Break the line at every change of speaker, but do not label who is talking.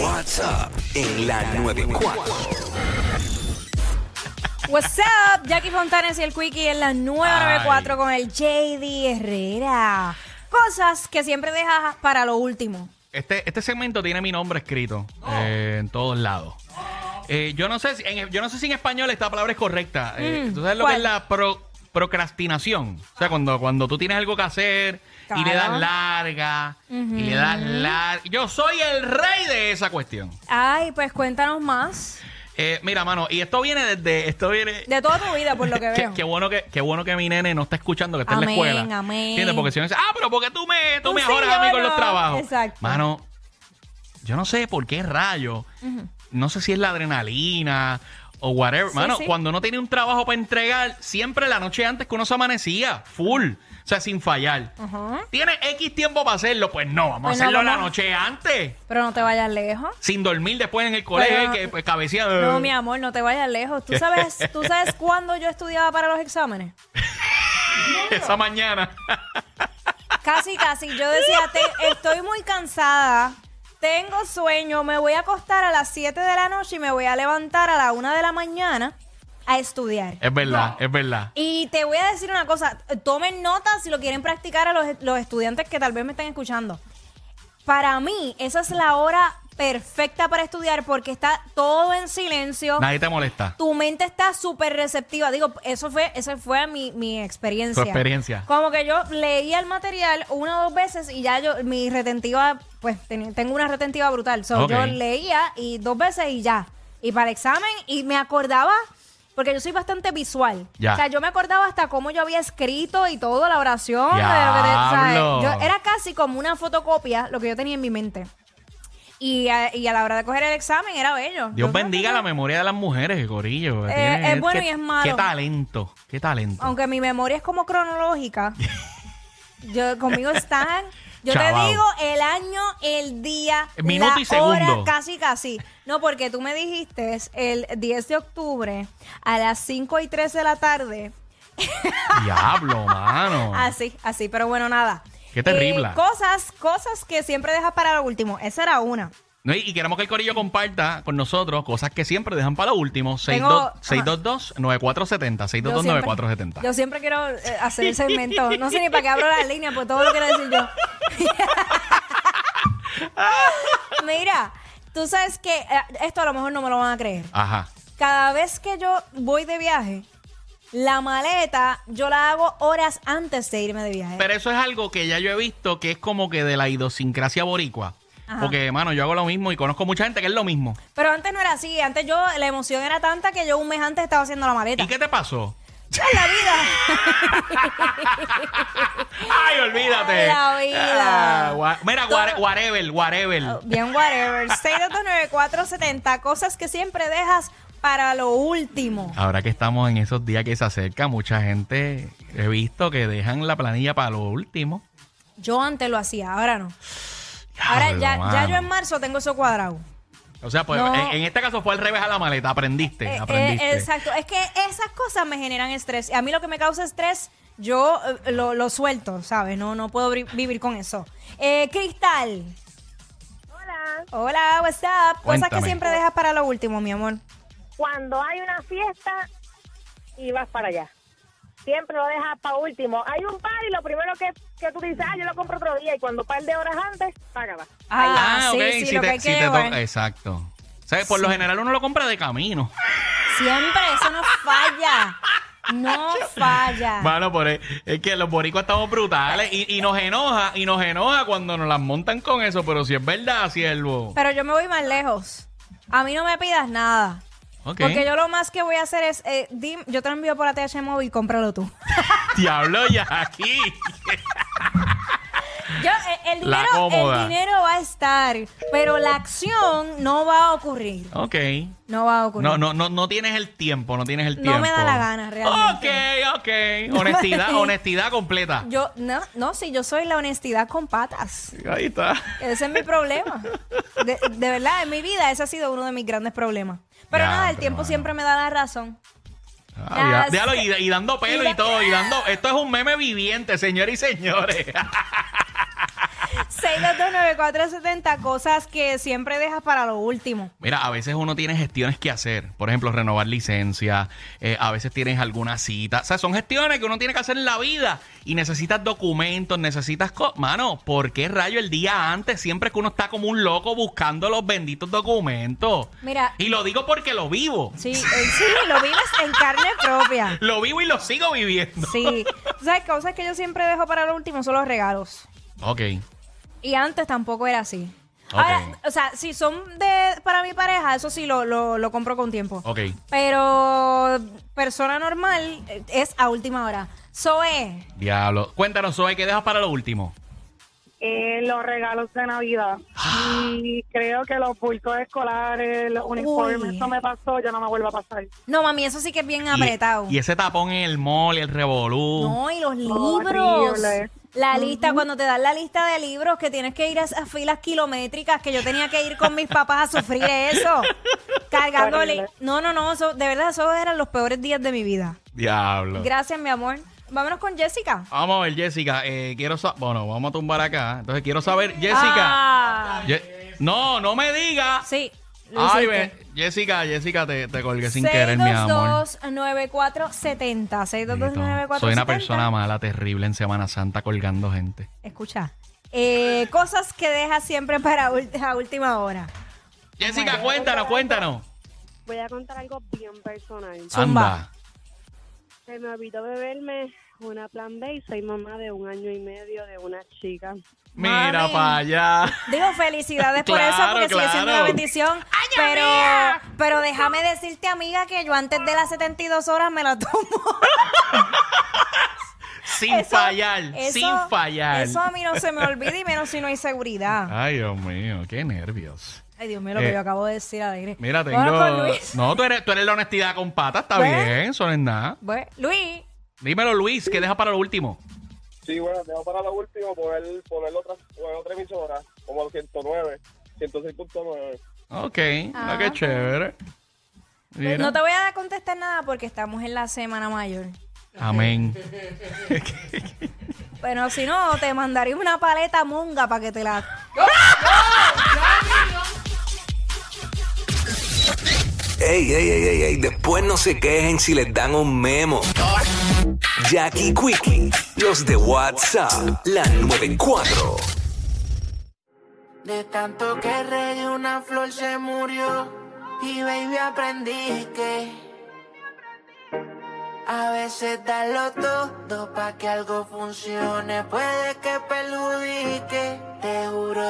WhatsApp en la 94.
What's up, Jackie Fontanes y el Quickie en la 994 con el JD Herrera. Cosas que siempre dejas para lo último.
Este, este segmento tiene mi nombre escrito
Oh.
eh, en todos lados. Eh, yo, no sé si, en- yo no sé si en español esta palabra es correcta. Eh,
Mm,
¿Tú sabes lo
¿cuál?
que es la pro- procrastinación? O sea, cuando, cuando tú tienes algo que hacer y le
Claro.
das larga, y le das larga. Yo soy el rey de esa cuestión.
Ay, pues cuéntanos más
Eh, mira, mano, y esto viene desde... Esto viene...
de toda tu vida, por lo que
Qué,
veo.
qué bueno que, qué bueno que mi nene no está escuchando, que está
Amén,
en la escuela.
amén.
¿Entiendes? Porque si no dice, ah, pero porque tú me, tú
Tú
me
sí
jodas a mí con los
lloras.
trabajos.
Exacto.
Mano, yo no sé por qué rayo. No sé si es la adrenalina o whatever.
Sí,
Mano,
sí.
cuando uno tiene un trabajo para entregar, siempre la noche antes que uno se amanecía, full. O sea, sin fallar.
Ajá.
¿Tiene X tiempo para hacerlo? Pues no, vamos
Pues
a
no,
hacerlo la
vamos.
noche antes.
Pero no te vayas lejos.
Sin dormir después en el colegio,
Pero-
que pues, cabecía.
No, mi amor, no te vayas lejos. ¿Tú sabes, ¿tú sabes cuándo yo estudiaba para los exámenes?
Esa mañana.
Casi, casi. Yo decía, "Te- estoy muy cansada, tengo sueño, me voy a acostar a las 7 de la noche y me voy a levantar a la 1 de la mañana a estudiar.
es verdad, es verdad.
Y te voy a decir una cosa, tomen nota si lo quieren practicar a los, los estudiantes que tal vez me están escuchando. Para mí, esa es la hora perfecta para estudiar porque está todo en silencio.
Nadie te molesta.
Tu mente está súper receptiva. Digo, eso fue, esa fue mi, mi experiencia.
Tu experiencia.
Como que yo leía el material una o dos veces y ya yo, mi retentiva, pues teni- tengo una retentiva brutal. So,
Ok.
Yo leía y dos veces y ya. Y para el examen, y me acordaba, porque yo soy bastante visual.
Ya.
O sea, yo me acordaba hasta cómo yo había escrito y todo, la oración. de lo que te- o sea,
Diablo.
yo- era casi como una fotocopia lo que yo tenía en mi mente. Y a, y a la hora de coger el examen era bello.
Dios
Yo creo
bendiga
que-
la memoria de las mujeres, gorillo.
Eh,
Tiene-
es bueno
qué-
y es malo.
Qué talento, qué talento.
aunque mi memoria es como cronológica, yo conmigo están. Yo
Chavao.
te digo el año, el día,
Minuto
la
y segundo.
hora, casi casi. No, porque tú me dijiste el 10 de octubre a las 5 y 3 de la tarde.
Diablo, mano.
Así, así, pero bueno, nada.
Oh.
Eh,
Qué terrible.
cosas, cosas que siempre dejas para lo último. Esa era una.
No, Y y queremos que el Corillo comparta con nosotros cosas que siempre dejan para lo último.
Tengo-
62- 622-9470.
Yo siempre, yo siempre
622-9470.
quiero eh, hacer el segmento. No sé ni para qué abro la línea, pues todo lo quiero decir yo. Mira, tú sabes que eh, esto a lo mejor no me lo van a creer.
Ajá.
Cada vez que yo voy de viaje, la maleta yo la hago horas antes de irme de viaje.
Pero eso es algo que ya yo he visto que es como que de la idiosincrasia boricua.
Ajá.
Porque, mano, yo hago lo mismo y conozco mucha gente que es lo mismo.
Pero antes no era así. Antes yo, la emoción era tanta que yo un mes antes estaba haciendo la maleta.
¿Y qué te pasó?
En la vida.
¡Ay, olvídate!
La vida.
Ah, gua- mira,
Todo- Oh.
guare- whatever, whatever.
Bien, whatever. 6229470, cosas que siempre dejas para lo último.
Ahora que estamos en esos días que se acerca, mucha gente he visto que dejan la planilla para lo último.
Yo antes lo hacía, ahora no. Ahora
Diablo,
ya, ya
mano.
yo en marzo tengo eso cuadrado.
O sea, pues
No.
en, en este caso fue al revés a la maleta. Aprendiste,
Eh, eh,
aprendiste.
exacto. Es que esas cosas me generan estrés. A mí lo que me causa estrés, yo eh, lo, lo suelto, ¿sabes? No, no puedo bri- vivir con eso. Eh, Cristal.
Hola,
Hola, what's up? Cosas que
Cuéntame.
siempre dejas para lo último, mi amor.
cuando hay una fiesta y vas para allá. Siempre lo dejas para último. Hay un par y lo primero que, que tú dices, ah, yo lo compro otro día. Y cuando un par de horas antes, págala.
Ah, sí,
ok,
sí, lo que eh. hay que
si te eh.
llevar.
toca- Exacto. O sea, por lo general uno lo compra de camino.
Siempre, eso no falla. No falla.
Mano, por es, es que los boricuas estamos brutales y, y nos enoja, y nos enoja cuando nos las montan con eso, pero si es verdad, siervo.
Pero yo me voy más lejos. A mí no me pidas nada.
Ok.
Porque yo lo más que voy a hacer es, eh, dim- yo te lo envío por ATH móvil, cómpralo tú.
Diablo ya aquí.
Yo, eh, el,
La
dinero,
cómoda.
el dinero va a estar, pero la acción no va a ocurrir.
Ok.
No va a ocurrir.
No, no, no, no tienes el tiempo, no tienes el
No
tiempo.
me da la gana, realmente.
Ok, ok. Honestidad, honestidad completa.
Yo, no, no, si yo soy la honestidad con patas.
Ahí está.
Ese es mi problema. De, de verdad, en mi vida ese ha sido uno de mis grandes problemas. Pero
Ya,
nada, el
pero
tiempo
bueno.
siempre me da la razón.
Ah,
Las-
ya- déjalo, y, y dando pelo
y
y,
da-
todo, y dando. Esto es un meme viviente, señores y señores.
6229470, cosas que siempre dejas para lo último.
Mira, a veces uno tiene gestiones que hacer. Por ejemplo, renovar licencia. eh, a veces tienes alguna cita. O sea, son gestiones que uno tiene que hacer en la vida. Y necesitas documentos, necesitas... co- Mano, ¿por qué rayo el día antes siempre que uno está como un loco buscando los benditos documentos?
Mira.
Y lo digo porque lo vivo.
Sí, eh, sí, lo vives en carne propia.
Lo vivo y lo sigo viviendo.
Sí. Tú sabes, cosas que yo siempre dejo para lo último son los regalos.
Ok.
Y antes tampoco era así.
Ok.
Ahora, o sea, si son de para mi pareja, eso sí lo, lo, lo compro con tiempo.
Ok.
Pero persona normal eh, es a última hora. Zoe,
Diablo. Cuéntanos, Zoe, ¿qué dejas para lo último?
Eh, los regalos de Navidad.
Ah.
Y creo que los bultos escolares, los uniformes,
Uy.
eso me pasó, ya no me vuelve a pasar.
no mami, eso sí que es bien
Y-
apretado.
Y, ese tapón en el mall y el revolú.
No, y los
Horrible.
libros. La lista, cuando te dan la lista de libros, que tienes que ir a esas filas kilométricas, que yo tenía que ir con mis papás a sufrir eso. Cargándole.
Horrible.
No, no, no, eso- de verdad, esos eran los peores días de mi vida.
Diablo.
Gracias, mi amor. Vámonos con Jessica.
Vamos a ver, Jessica. eh, quiero saber. Bueno, vamos a tumbar acá. Entonces, quiero saber, Jessica.
Ah,
Ye- no, no me digas.
sí. lo
Ay,
hiciste.
ve- Jessica, Jessica, te, te colgué sin querer, mi amor.
622-9470.
Bendito.
622-9470.
Soy una persona mala, terrible en Semana Santa colgando gente.
Escucha. eh, cosas que dejas siempre para ult- a última hora.
Jessica, cuéntanos, cuéntanos.
Voy a contar algo bien personal.
Zumba.
Anda.
Se me olvidó beberme una plan B y soy mamá de un año y medio de una chica.
Mira
Mami.
para allá.
Digo, felicidades por
Claro,
eso, porque sigue
claro.
siendo una bendición. pero, pero déjame decirte, amiga, que yo antes de las 72 horas me la tomo.
Sin
Eso-
fallar.
eso-
sin fallar.
Eso a mí no se me olvida y menos si no hay seguridad.
Ay, Dios mío, qué nervios.
Ay, Dios mío, lo que
Eh,
yo acabo de decir al aire.
Mira,
Vámonos con
tengo.
Luis.
No, tú eres, tú eres la honestidad con patas, está
Bueno.
bien, eso no es nada.
Bueno, Luis,
Dímelo, Luis, ¿qué deja para lo último?
Sí, bueno, dejo para lo último poner, poner, otra, poner otra emisora, como el 109, 106.9.
Ok, no, qué chévere. Mira.
Pues no te voy a contestar nada porque estamos en la semana mayor.
Amén.
Pero si no, te mandaría una paleta monga para que te la...
Ey, ey, ey, ey, ey, después no se quejen si les dan un memo. Jackie Quickie, los de WhatsApp, la 94.
De tanto que regué una flor se murió y baby aprendí que a veces darlo todo pa' que algo funcione puede que perjudique, te juro